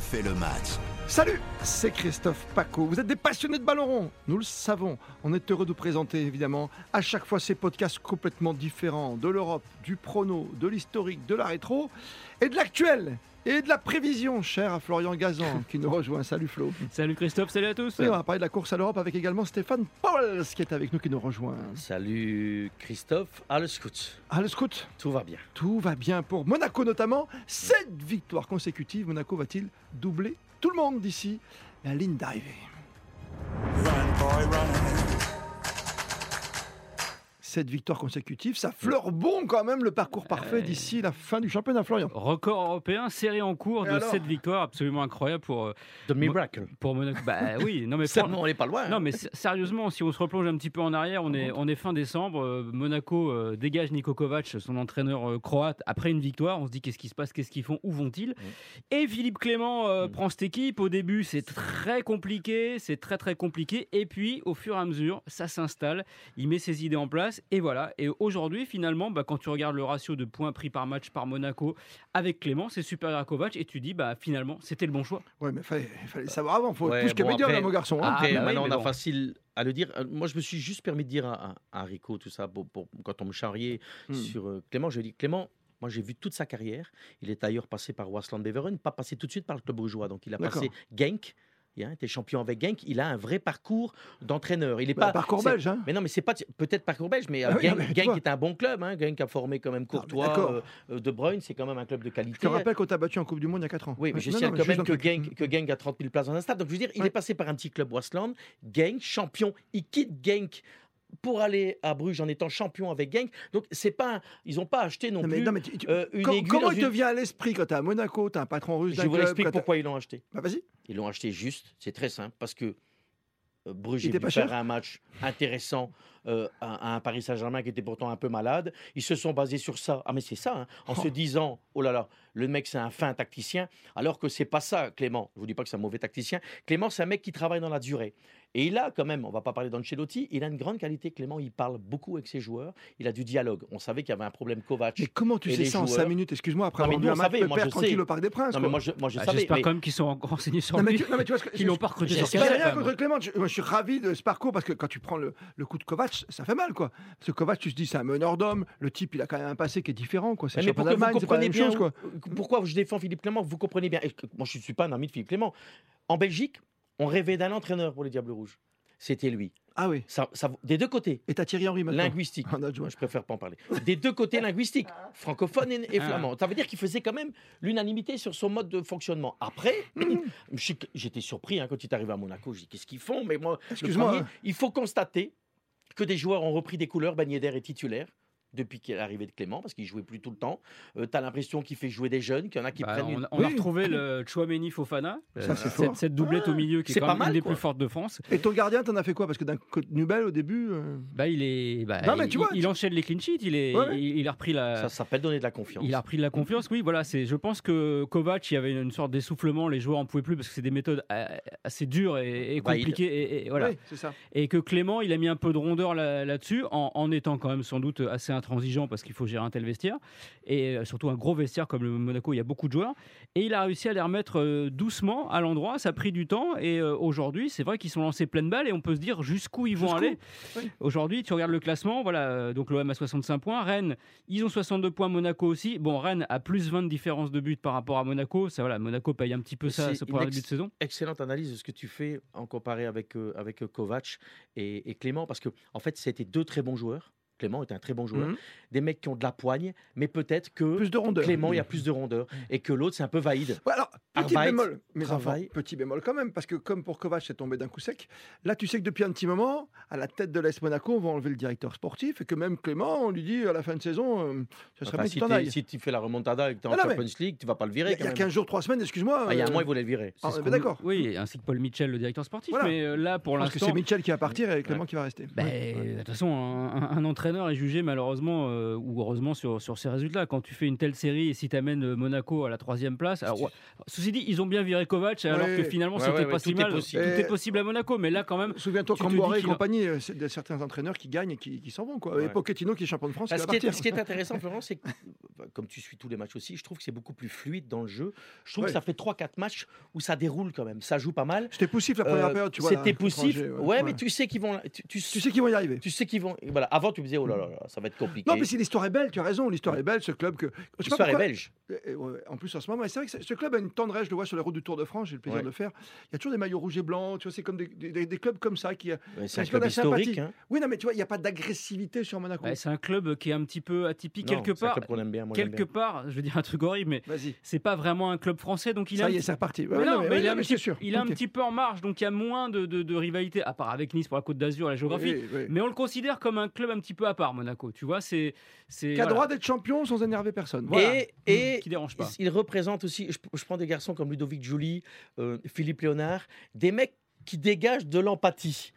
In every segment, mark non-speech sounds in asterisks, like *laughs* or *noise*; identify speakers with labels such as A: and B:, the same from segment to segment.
A: fait le match.
B: Salut, c'est Christophe Paco. Vous êtes des passionnés de ballon rond, nous le savons. On est heureux de vous présenter évidemment à chaque fois ces podcasts complètement différents de l'Europe, du prono, de l'historique, de la rétro et de l'actuel et de la prévision, cher à Florian Gazan qui nous rejoint. Salut Flo.
C: Salut Christophe, salut à tous.
B: Et on va parler de la course à l'Europe avec également Stéphane Paul qui est avec nous qui nous rejoint.
D: Salut Christophe, à le scout.
B: Ah le scout,
D: Tout va bien.
B: tout va bien pour Monaco notamment. Sept victoires consécutives, Monaco va-t-il doubler tout le monde d'ici la ligne d'arrivée
E: Run, boy, run.
B: Cette victoire consécutive,
D: Mm.
B: ça fleure bon quand même le parcours parfait d'ici la fin du championnat, Florian.
C: Record européen, série en cours
B: Et
C: de
B: alors
C: cette victoire absolument incroyable pour, euh,
D: The miracle.
C: pour Monaco.
D: *laughs*
C: Bah oui, non mais,
D: Ça,
C: fran-
D: on n'est pas loin.
C: non,
D: hein.
C: mais s- sérieusement, si on se replonge un petit peu en arrière, on est, on est fin décembre. euh, Monaco euh, dégage Niko Kovac, son entraîneur euh, croate, après une victoire. On se dit qu'est-ce qui se passe, qu'est-ce qu'ils font, où vont-ils Et Philippe Clément euh,
D: Mm.
C: prend cette équipe. Au début, c'est très compliqué, c'est très très compliqué. Et puis, au fur et à mesure, ça s'installe. Il met ses idées en place et voilà. Et aujourd'hui, finalement, bah, quand tu regardes le ratio de points pris par match par Monaco avec Clément, c'est supérieur à Kovac. Et tu dis, bah finalement, c'était le bon choix.
B: Ouais, mais fallait- il fallait savoir avant, faut
D: Ouais,
B: plus que
D: bon,
B: médium,
D: après-
B: là, mon garçon. hein.
C: Ah,
D: Après,
C: bah oui,
D: maintenant,
C: mais
D: on a
C: bon.
D: facile à le dire. Euh, Moi, je me suis juste permis de dire à, à- à Rico tout ça pour, pour- quand on me charriait
B: Hmm.
D: sur euh, Clément. Je lui ai dit Clément, moi, j'ai vu toute sa carrière. Il est d'ailleurs passé par Wasland Beveren, pas passé tout de suite par le club bourgeois. Donc, il a
B: D'accord.
D: passé Genk. Il a été champion avec Genk. Il a un vrai parcours d'entraîneur. Il est
B: Bah,
D: pas
B: parcours
D: c'est-
B: belge, hein.
D: Mais non, mais c'est pas peut-être parcours belge, mais euh,
B: Ah oui, non,
D: Genk,
B: mais tu
D: Genk
B: vois.
D: est un bon club. Hein. Genk a formé quand même
B: mais
D: Courtois,
B: d'accord.
D: euh, euh, De Bruyne, c'est quand même un club de
B: Je
D: qualité.
B: te rappelle qu'on t'a battu en Coupe du Monde il y a 4 ans.
D: Oui, mais je
B: Non,
D: tiens
B: non,
D: quand
B: juste
D: même
B: dans
D: que
B: quelques-
D: Genk, que Genk a 30 000 places dans un stade. Donc, je veux dire, il
B: Mm. Ouais.
D: est passé par un petit club Westland, Genk, champion. Il quitte Genk pour aller à Bruges en étant champion avec Genk. Donc, c'est pas, un- ils n'ont pas acheté non,
B: Non, mais,
D: plus
B: non, mais tu- tu-
D: euh, une
B: com-
D: aiguille
B: comment
D: dans
B: il
D: une-
B: te vient à l'esprit quand t'es à Monaco, t'as un patron russe
D: Je
B: d'un
D: vous
B: club,
D: explique
B: quand t'as-
D: pourquoi ils l'ont acheté.
B: Bah, vas-y.
D: Ils l'ont acheté juste, c'est très simple, parce que euh, Bruges
B: Il
D: a
B: était
D: dû
B: pas
D: faire
B: cher
D: un match intéressant euh, à, à un Paris Saint-Germain qui était pourtant un peu malade. Ils se sont basés sur ça. Ah mais c'est ça, hein, en
B: Oh.
D: se disant, oh là là, le mec c'est un fin tacticien, alors que c'est pas ça, Clément. Je vous dis pas que c'est un mauvais tacticien. Clément, c'est un mec qui travaille dans la durée. Et il a quand même, on va pas parler d'Ancelotti, il a une grande qualité, Clément, il parle beaucoup avec ses joueurs, il a du dialogue. On savait qu'il y avait un problème Kovac.
B: Mais comment tu
D: Et
B: sais
D: les
B: ça en
D: joueurs-
B: 5 minutes Excuse-moi, après
D: Non, mais
B: avoir vu
D: nous,
B: un
D: on
B: match
D: savait,
B: de
D: moi, je
B: perdre tranquille
D: sais.
B: au Parc des Princes.
D: non mais
B: quoi.
D: moi je, moi, je
C: Bah,
D: savais,
C: J'espère
D: mais-
C: quand même qu'ils sont encore renseignés sur
B: Non, mais
C: lui.
B: tu- non, mais tu vois ce que-
C: Ils l'ont pas recruté sur
B: C'est
D: J'espère
C: Sky,
B: rien
C: quand même.
B: contre Clément. Je, moi, je suis ravi de ce parcours parce que quand tu prends le, le coup de Kovac, ça fait mal, quoi. Parce que Kovac, tu te dis, c'est un meneur d'homme. Le type, il a quand même un passé qui est différent, quoi. C'est
D: Mais,
B: champion
D: pourquoi vous
B: d'Allemagne, c'est pas la
D: comprenez
B: même
D: bien
B: chose, quoi.
D: où- Pourquoi je défends Philippe Clément Vous comprenez bien. Et que- Moi, je ne suis pas un ami de Philippe Clément. En Belgique, on rêvait d'un entraîneur pour les Diables Rouges. C'était lui.
B: Ah oui.
D: Ça, ça- des deux côtés,
B: Et t'as Thierry Henry maintenant. Oh,
D: linguistique.
B: Un adjoint.
D: Moi, je préfère pas en parler. Des deux côtés linguistiques, francophone et, et
C: Ah.
D: flamand. Ça veut dire qu'il faisait quand même l'unanimité sur son mode de fonctionnement. Après,
B: Hmm.
D: je suis- j'étais surpris hein, quand il est arrivé à Monaco. Je dis qu'est-ce qu'ils font Mais moi, le
B: Excuse-moi,
D: premier,
B: hein.
D: il faut constater que des joueurs ont repris des couleurs. Ben Yedder est titulaire depuis qu'il est arrivé de Clément parce qu'il jouait plus tout le temps. tu as l'impression qu'il fait jouer des jeunes, qu'il y en a qui
C: Bah,
D: prennent.
C: on,
D: une-
C: on a
B: Oui.
C: retrouvé le Chouameni Fofana,
B: Ça, c'est fort.
C: cette, cette doublette au milieu qui est,
D: C'est
C: quand
D: pas
C: même une
D: mal,
C: des
D: quoi.
C: plus fortes de France.
B: Et ton gardien, t'en as fait quoi Parce que d'un côté, Nubel, au début. euh,
C: Bah, il est, bah,
B: Non, mais
C: il,
B: tu vois,
C: il enchaîne les clean sheets, il, est,
B: Ouais.
C: il, il a repris la.
D: Ça s'appelle donner de la confiance.
C: euh, il a repris de la confiance, oui. Voilà, c'est. Je pense que Kovac, il y avait une sorte d'essoufflement. Les joueurs en pouvaient plus parce que c'est des méthodes euh, assez dures et, et
D: Valide.
C: compliquées. Et, et voilà.
B: oui, c'est ça.
C: Et que Clément, il a mis un peu de rondeur là- là-dessus, en, en étant quand même sans doute assez intransigeant parce qu'il faut gérer un tel vestiaire, et euh, surtout un gros vestiaire comme le Monaco, il y a beaucoup de joueurs. Et il a réussi à les remettre euh, doucement à l'endroit, ça a pris du temps, et euh, aujourd'hui, c'est vrai qu'ils sont lancés pleine balle, et on peut se dire jusqu'où ils vont
B: Jusqu'où
C: aller.
B: Oui.
C: Aujourd'hui, tu regardes le classement, voilà, euh, donc l'OM a 65 points, Rennes, ils ont 62 points, Monaco aussi. Bon, Rennes a plus 20 de différence de but par rapport à Monaco, ça voilà, Monaco paye un petit peu
D: Mais
C: ça,
D: c'est
C: ce premier
D: inex-
C: début de saison.
D: Excellente analyse de ce que tu fais en comparé avec, euh, avec euh, Kovac et, et Clément, parce que en fait, c'était deux très bons joueurs. Clément est un très bon joueur.
B: Mhm.
D: Des mecs qui ont de la poigne, mais peut-être que
B: Plus de rondeur.
D: Clément, il y a plus de Mhm. rondeur et que l'autre, c'est un peu vaïde.
B: Ouais, alors, petit
D: Arbeit,
B: bémol, mes enfants,
D: travail.
B: petit bémol quand même, parce que comme pour Kovac, c'est tombé d'un coup sec. Là, tu sais que depuis un petit moment, à la tête de l'AS Monaco, on va enlever le directeur sportif et que même Clément, on lui dit à la fin de saison, euh, ce serait
D: Enfin,
B: bien que
D: si,
B: tu t'en
D: t'es-
B: ailles.
D: si tu fais la remontada et que tu es en
B: Ah non, mais-
D: Champions League, tu vas pas le
B: Il y a-
D: virer.
B: il y a
D: quand même.
B: 15 jours, 3 semaines, excuse-moi.
D: Ah, il y a un
B: euh,
D: mois, ils voulaient le virer.
B: Ah,
C: C'est ce
B: mais
C: qu'on-
B: d'accord.
C: Oui, ainsi que Paul Mitchell, le directeur sportif.
B: Voilà.
C: Mais euh, là, pour
B: je pense que
C: l'instant,
B: c'est Mitchell qui va partir et Clément qui va rester.
C: Ben, De toute façon, un, un- un entraîneur est jugé malheureusement euh, ou heureusement sur, sur ses résultats. Quand tu fais une telle série et si tu amènes Monaco à la troisième place, alors, ouais, ceci dit, ils ont bien viré Kovac alors
B: Ouais.
C: que finalement
D: Ouais,
C: c'était
D: ouais,
C: pas
D: ouais,
C: si
D: tout est
C: mal.
D: possible.
C: Tout est
B: Euh,
C: possible à Monaco, mais là quand même.
B: Souviens-toi
C: tu te
B: qu'Amboiré
C: dis
B: et
C: qu'il a-
B: compagnie, euh, c'est de certains entraîneurs qui gagnent et qui, qui s'en vont. Quoi. Et
D: Ouais.
B: Pochettino, qui est champion de France,
D: Ah,
B: qui
D: ce,
B: va
D: qui est,
B: partir.
D: ce qui est intéressant, Florent, c'est que comme tu suis tous les matchs aussi, je trouve que c'est beaucoup plus fluide dans le jeu. Je trouve
B: Ouais.
D: que ça fait 3-4 matchs où ça déroule quand même. Ça joue pas mal.
B: C'était poussif la première
D: Euh,
B: période, tu vois. hein,
D: C'était
B: là, contre
D: poussif.
B: Angers,
D: Ouais, mais tu sais qu'ils vont. Tu,
B: Tu
D: tu-
B: sais qu'ils vont y arriver.
D: tu sais qu'ils vont. Voilà. Avant, tu me disais, oh là là, là, ça va être compliqué.
B: Non, mais si l'histoire est belle, tu as raison, l'histoire est belle, ce club que. Je sais pas
D: L'histoire est
B: pourquoi-
D: belge.
B: Euh, ouais, En plus, en ce moment, et c'est vrai que ce- ce club a une tendresse, je le vois sur la route du Tour de France, j'ai le plaisir
D: Ouais.
B: de le faire. Il y a toujours des maillots rouges et blancs, tu vois, c'est comme des, des- des clubs comme ça qui. euh,
D: Ouais, C'est un
B: Parce
D: club
B: qu'on a
D: historique.
B: sympathie.
D: hein.
B: Oui, non, mais tu vois, il n'y a pas d'agressivité sur Monaco.
C: Ouais, bah, c'est un club qui est un petit peu atypique
D: Non,
C: quelque
D: c'est un
C: part.
D: club qu'on aime bien. moi, j'aime
C: Quelque part, je veux dire un truc horrible, mais
B: Vas-y.
C: c'est pas vraiment un club français, donc il a
B: Ça
C: un
B: y est,
C: petit-
B: c'est reparti.
C: Mais
B: Ouais,
C: non,
B: non, mais-
C: mais
B: ouais,
C: il a
B: non,
C: un
B: mais
C: petit-
B: c'est sûr.
C: Il a un
B: Ok.
C: petit peu en marge, donc il y a moins de, de- de rivalité, à part avec Nice pour la Côte d'Azur, la géographie.
B: Oui, oui.
C: Mais on le considère comme un club un petit peu à part, Monaco. Tu vois, c'est. c'est
B: Qui a
C: voilà,
B: droit d'être champion sans énerver personne.
C: Voilà.
D: Et, et
C: qui dérange pas.
D: il représente aussi, je, je prends des garçons comme Ludovic Julie, euh, Philippe Léonard, des mecs qui dégagent de l'empathie.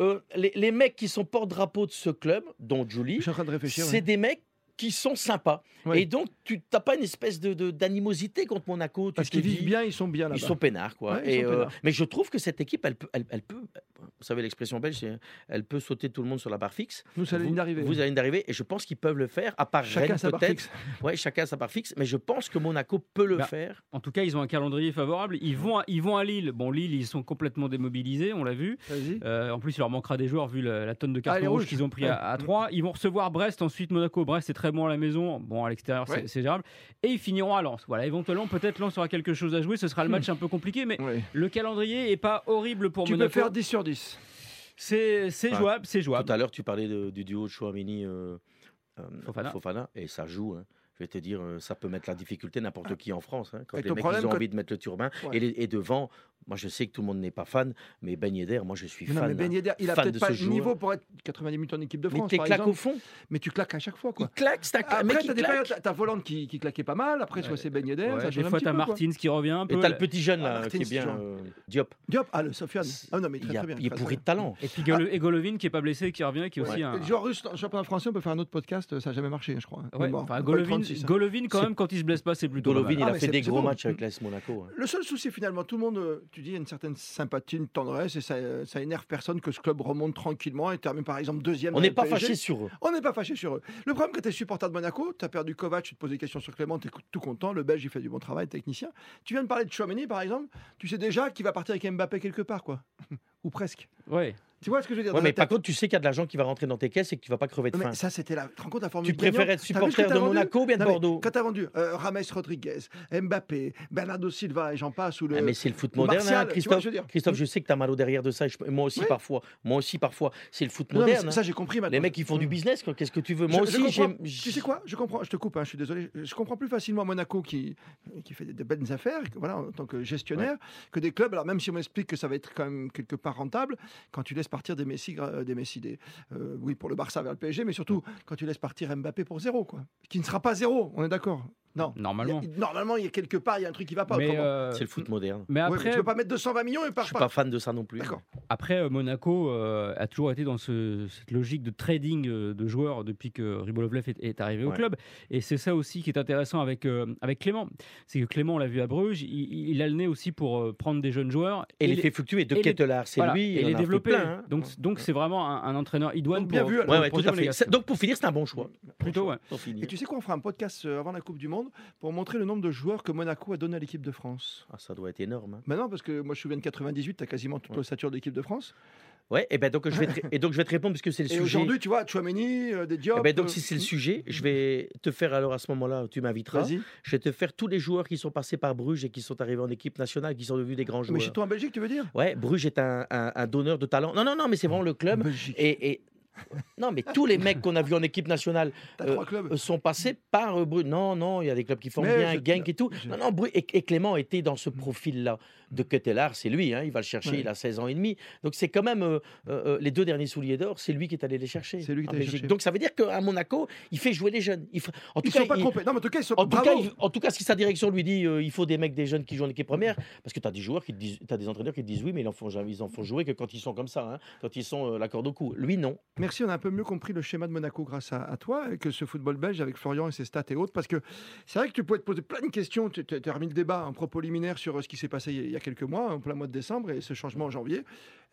D: Euh, les, les mecs qui sont porte-drapeau de ce club, dont
B: Je
D: Julie,
B: suis en train de réfléchir.
D: c'est
B: ouais.
D: des mecs qui sont sympas.
B: Ouais.
D: Et donc, tu n'as pas une espèce de- de- d'animosité contre Monaco. tu
B: Parce
D: te
B: qu'ils
D: dis,
B: vivent bien, ils sont bien là-bas.
D: Ils sont peinards, quoi.
B: Ouais, ils
D: Et,
B: sont
D: euh,
B: peinards.
D: mais je trouve que cette équipe, elle peut, elle, elle peut vous savez l'expression belge, c'est, elle peut sauter tout le monde sur la barre fixe.
B: Nous, c'est la
D: vous,
B: ligne d'arrivée.
D: vous avez une d'arrivée, et je pense qu'ils peuvent le faire, à part
B: Chacun
D: Rennes,
B: sa barre
D: peut-être.
B: fixe.
D: Ouais, chacun sa part fixe, mais je pense que Monaco peut le
C: Bah,
D: faire.
C: En tout cas, ils ont un calendrier favorable. Ils vont, à, ils vont à Lille. Bon, Lille, ils sont complètement démobilisés, on l'a vu.
B: Vas-y.
C: Euh, en plus, il leur manquera des joueurs vu la, la tonne de
B: Ah, les
C: cartons rouges
B: rouges.
C: qu'ils ont pris à, à 3. Ils vont recevoir Brest, ensuite Monaco. Brest, c'est très bon à la maison. Bon, à l'extérieur, c'est-
B: Ouais.
C: c'est gérable. Et ils finiront à Lens. Voilà, éventuellement, peut-être Lens aura quelque chose à jouer. Ce
B: Hmm.
C: sera le match un peu compliqué, mais
B: Ouais.
C: le calendrier est pas horrible Euh, pour
B: Tu peux
C: Monaco.
B: faire Ah. 10 sur 10.
C: C'est c'est
D: Ouais.
C: jouable, c'est
D: Tout
B: bah,
C: jouable.
D: à l'heure, tu parlais de- du duo de Chouamini euh, euh,
C: Fofana.
D: Fofana. et ça joue. hein. Je vais te dire, euh, ça peut mettre la difficulté n'importe qui en France. hein. quand
B: Ah. Et
D: les
B: ton
D: mecs ils
B: problème,
D: ont
B: quand-
D: envie de mettre le turbin,
B: Ouais.
D: et, les- et devant, moi je sais que tout le monde n'est pas fan, mais Ben Yedder, moi je suis
B: Mais non,
D: fan.
B: mais Ben
D: hein.
B: Yedder, il a
D: fan
B: peut-être
D: de
B: pas
D: ce
B: le
D: joueur.
B: niveau pour être 90 minutes en équipe de
D: Mais
B: France.
D: t'es
B: par
D: claque au
B: exemple.
D: fond, Ah,
B: Mais tu claques à chaque fois,
D: il
B: quoi.
D: claque, c'est un cla-
B: Ah,
D: un mec
B: Après,
D: qui
B: t'as des
D: claque.
B: périodes, t'as- t'as Volante qui, qui claquait pas mal, après, soit
C: Ouais.
B: c'est Ben Yedder,
C: Ouais,
B: ça
C: des
B: gêne un
C: fois,
B: petit
C: t'as
B: peu, quoi.
C: Martins qui revient un peu.
D: Et t'as le petit jeune là,
B: Ah,
D: qui
B: Martins,
D: est bien,
B: genre.
D: euh, Diop.
B: Diop, ah, le Sofiane. Ah non, mais très,
D: il, a-
B: très bien.
D: il est
B: très, très
D: pourri
B: bien.
D: de talent.
C: Et puis Golo- et Golovin qui est pas blessé, qui revient, qui est aussi
D: Ah.
C: hein.
D: Ouais.
C: un.
B: Et Joueur russe, en championnat français, on peut faire un autre podcast, ça n'a jamais marché, je crois. hein,
C: Ouais,
B: de mémoire.
C: enfin,
B: On peut le
C: Golovin,
B: 36, hein.
C: Golovin, quand même, quand il se blesse pas, c'est plutôt. pas
D: Golovin,
C: mal.
D: il
B: Ah,
D: a
B: mais
D: fait
B: c'est-
D: des
B: c'est
D: gros
B: bon.
D: matchs avec l'AS Monaco. hein.
B: Le seul souci, finalement, tout le monde, euh, tu dis, il y a une certaine sympathie, une tendresse, et ça, euh, ça énerve personne que ce club remonte tranquillement et termine par exemple deuxième.
D: On
B: dans
D: n'est
B: le
D: pas
B: PSG.
D: fâché sur euh, eux.
B: On n'est pas fâché sur eux. Le problème, quand tu es supporter de Monaco, tu as perdu Kovac, tu te poses des questions sur Clément, tu es tout content. Le Belge, il fait du bon travail, technicien. Tu viens de parler de Chouameni, par exemple, tu sais déjà qu'il va partir avec Mbappé quelque part, quoi. *laughs* Ou presque.
C: Ouais.
B: Tu vois ce que je veux dire
D: Ouais,
B: Dans
D: mais
B: la
D: par
B: tête.
D: contre, tu sais qu'il y a de l'argent qui va rentrer dans tes caisses et que tu vas pas crever de
B: Non, mais
D: faim.
B: ça, c'était la. Tu te rends compte, la formule
D: Tu préfères être
B: gagnante T'as vu ce que
D: supporter
B: t'as
D: de
B: vendu
D: Monaco ou bien de
B: Non, mais
D: Bordeaux
B: Quand t'as vendu euh, Rames Rodriguez, Mbappé, Bernardo Silva et j'en passe, ou le.
D: Ah, mais c'est le foot
B: ou
D: moderne, hein,
B: Martial, tu vois,
D: Christophe.
B: je veux dire.
D: Christophe, je sais que tu as mal au derrière de ça. et je- moi aussi,
B: Oui.
D: parfois. Moi aussi, parfois. C'est le foot
B: Non, mais
D: moderne.
B: ça,
D: hein.
B: j'ai compris
D: Les
B: maintenant.
D: mecs, ils font du business. quoi. Qu'est-ce que tu veux
B: Je-
D: Moi
B: je
D: aussi,
B: comprends-
D: j'ai-
B: Tu sais quoi Je comprends, je te coupe, hein, je suis désolé. Je, je comprends plus facilement Monaco qui, qui fait des, des bonnes affaires, que- voilà, en tant que gestionnaire, que des clubs. Alors même si on m'explique que ça va être quand même quelque part rentable, quand tu laisses partir des Messi, gra- euh, des Messi, des, euh, oui pour le Barça vers le PSG, mais surtout quand tu laisses partir Mbappé pour zéro, quoi, qui ne sera pas zéro, on est d'accord Non. Il y a-
C: Normalement.
B: normalement, il y a quelque part, il y a un truc qui va pas.
C: Mais,
B: autrement.
C: euh,
D: C'est le foot moderne.
C: mais
B: Ouais, mais
C: après,
B: tu peux pas mettre 220 millions et
D: Je
B: par
D: suis pas fan de ça non plus.
B: D'accord.
C: Après, euh, Monaco euh, a toujours été dans ce- cette logique de trading euh, de joueurs depuis que Ribolovlev est, est arrivé au
D: Ouais.
C: club. Et c'est ça aussi qui est intéressant avec, euh, avec Clément. C'est que Clément, on l'a vu à Bruges, il, il a le nez aussi pour euh, prendre des jeunes joueurs
D: Et il les
C: les-
D: fait fluctuer. De
C: et les-
D: Kettelard, c'est
C: voilà,
D: lui.
C: et les
D: il en a fait
C: développer.
D: plein, hein.
C: Donc, donc c'est vraiment un, un entraîneur idoine
B: Donc, bien
C: pour,
B: vu,
C: pour-
D: Ouais, ouais,
C: pour
D: tout à
C: Jérôme
D: fait.
C: Legas.
D: C'est- Donc, pour finir, c'est un bon choix.
C: Plutôt, ouais.
D: Pour finir.
B: Et tu sais quoi, on fera un podcast euh, avant la Coupe du Monde pour montrer le nombre de joueurs que Monaco a donné à l'équipe de France.
D: Ah, ça doit être énorme. hein.
B: Maintenant, Bah parce que moi je me souviens de 98, tu as quasiment toute
D: Ouais.
B: l'ossature de l'équipe de France.
D: Ouais, et, ben donc, je vais te... et donc je vais te répondre parce que c'est le
B: Et
D: sujet.
B: aujourd'hui, tu vois, Chouameni, euh, des Diop.
D: Eh ben, donc
B: euh,
D: si c'est le sujet, je vais te faire alors à ce moment-là, tu m'inviteras.
B: Vas-y.
D: Je vais te faire tous les joueurs qui sont passés par Bruges et qui sont arrivés en équipe nationale, qui sont devenus des grands joueurs.
B: Ah, Mais chez toi en Belgique, tu veux dire
D: Ouais, Bruges est un, un- un donneur de talent. Non, non, non, mais c'est vraiment le club.
B: Belgique.
D: Et,
B: *laughs*
D: et- non, mais tous les mecs qu'on a vus en équipe nationale
B: T'as trois clubs.
D: euh, sont passés par euh, Bruges. Non, non, il y a des clubs qui font
B: Mais
D: bien,
B: je-
D: Genk et tout.
B: je- Mmh.
D: Non, non, Bruges et, et Clément était dans ce profil-là de Ketelar, c'est lui. hein, il va le chercher.
B: Ouais.
D: Il a 16 ans et demi. Donc c'est quand même euh, euh, euh, les deux derniers souliers d'or, c'est lui qui est allé les chercher.
B: C'est lui qui est
D: en
B: allé
D: Belgique.
B: chercher.
D: Donc ça veut dire qu'à Monaco, il fait jouer les jeunes. Il f- en tout
B: Ils
D: cas,
B: sont pas
D: il-
B: trompés. Non, mais en tout cas, ils sont.
D: en tout,
B: Bravo
D: cas, il- en tout cas, si sa direction lui dit euh, il faut des mecs, des jeunes qui jouent en équipe première, parce que tu as des joueurs qui te disent, t'as des entraîneurs qui te disent oui, mais ils en font jamais, ils en font jouer que quand ils sont comme ça, hein, quand ils sont euh, la corde au cou. Lui non.
B: Merci, on a un peu mieux compris le schéma de Monaco grâce à, à toi, et que ce football belge avec Florian et ses stats et autres, parce que c'est vrai que tu pouvais te poser plein de questions, tu tu- tu as remis le débat en propos liminaire sur euh, ce qui s'est passé il y a quelques mois, en plein mois de décembre, et ce changement en janvier.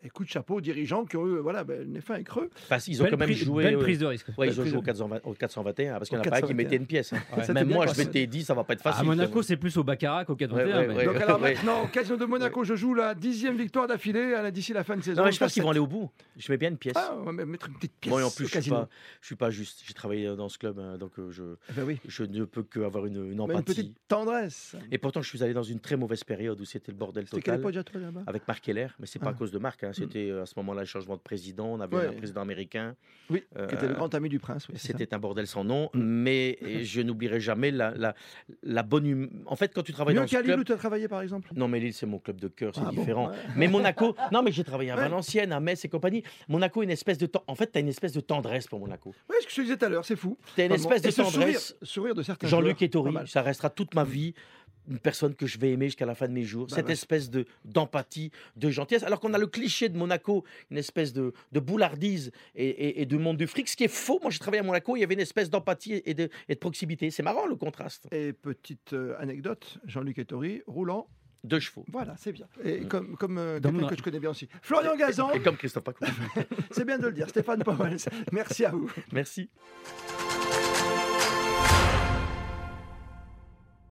B: Et coup de chapeau aux dirigeants qui ont eu, voilà, ben, le nez fin et creux.
D: Parce qu'ils ont
C: Belle
D: quand même
C: pri-
D: joué.
C: Belle
D: euh,
C: prise de risque.
D: ouais, ils ont
B: Belle
D: joué au
B: prise
D: 420 au 421, parce qu'il n'y en
B: Ben, Au
D: a pas un qui
B: 421.
D: mettait une pièce. hein.
C: Ouais.
B: Ça Ah, t'est
D: Même
B: bien
D: moi, je
B: passé.
D: m'étais dit, ça va pas être facile.
C: à Monaco, c'est plus au Baccarat qu'au 421.
D: Ouais, ouais,
C: mais-
D: ouais. *laughs*
B: Donc alors
D: ouais.
B: maintenant, Casino de Monaco, je joue la dixième victoire d'affilée à la- d'ici la fin de saison.
D: Non, mais je pense qu'ils vont
B: Ça,
D: aller au bout. Je mets bien une pièce.
B: Ah, on va mettre une petite pièce.
D: Moi, en
B: au
D: plus, je suis
B: casino.
D: pas, je suis pas juste. J'ai travaillé dans ce club, hein, donc euh, je,
B: Eh ben oui.
D: je ne peux qu'avoir une, une
B: Mais Une
D: empathie.
B: petite tendresse.
D: Et pourtant, je suis allé dans une très mauvaise période où c'était le bordel
B: C'était quelle
D: total. Ah,
B: époque à toi là-bas
D: Avec Marc Keller, mais c'est pas à
B: Ah.
D: cause de Marc. hein, C'était euh, à ce moment-là le changement de président. On avait
B: Ouais.
D: un président américain.
B: Oui,
D: Euh,
B: qui était le grand ami du prince. Oui, c'est ça. Hmm.
D: C'était un bordel sans nom, mais et je n'oublierai jamais la, la, la bonne humeur. En fait, quand tu travailles
B: Mieux
D: dans ce
B: qu'à Lille
D: club.
B: où tu as travaillé par exemple
D: Non, mais Lille, c'est mon club de cœur, c'est
B: Ah bon,
D: différent.
B: ouais.
D: Mais
B: *laughs*
D: Monaco, non, mais j'ai travaillé à
B: Ouais.
D: Valenciennes, à Metz et compagnie. Monaco, une espèce de temps. En fait, tu as une espèce de tendresse pour Monaco.
B: Oui, ce que je te disais tout à l'heure, c'est fou.
D: Tu as une
B: Enfin, bon,
D: espèce de
B: et ce sourire,
D: tendresse.
B: sourire de certains
D: Jean-Luc
B: joueurs, pas
D: Ettori,
B: mal.
D: ça restera toute ma vie une personne que je vais aimer jusqu'à la fin de mes jours.
B: Bah,
D: Cette
B: bah.
D: espèce de d'empathie, de gentillesse. Alors qu'on a le cliché de Monaco, une espèce de, de boulardise et, et- et de monde du fric, ce qui est faux. Moi, j'ai travaillé à Monaco, il y avait une espèce d'empathie et de, et de proximité. C'est marrant le contraste.
B: Et petite euh, anecdote, Jean-Luc Ettori, roulant,
D: Deux chevaux.
B: voilà, c'est bien. Et
D: Mm.
B: comme, comme euh,
C: Dans
B: quelqu'un
C: mon-
B: que je connais bien aussi. Florian Gazan, *laughs*
D: Et comme Christophe Paco.
B: c'est bien de le dire, Stéphane Powell, *laughs* merci à vous.
D: Merci.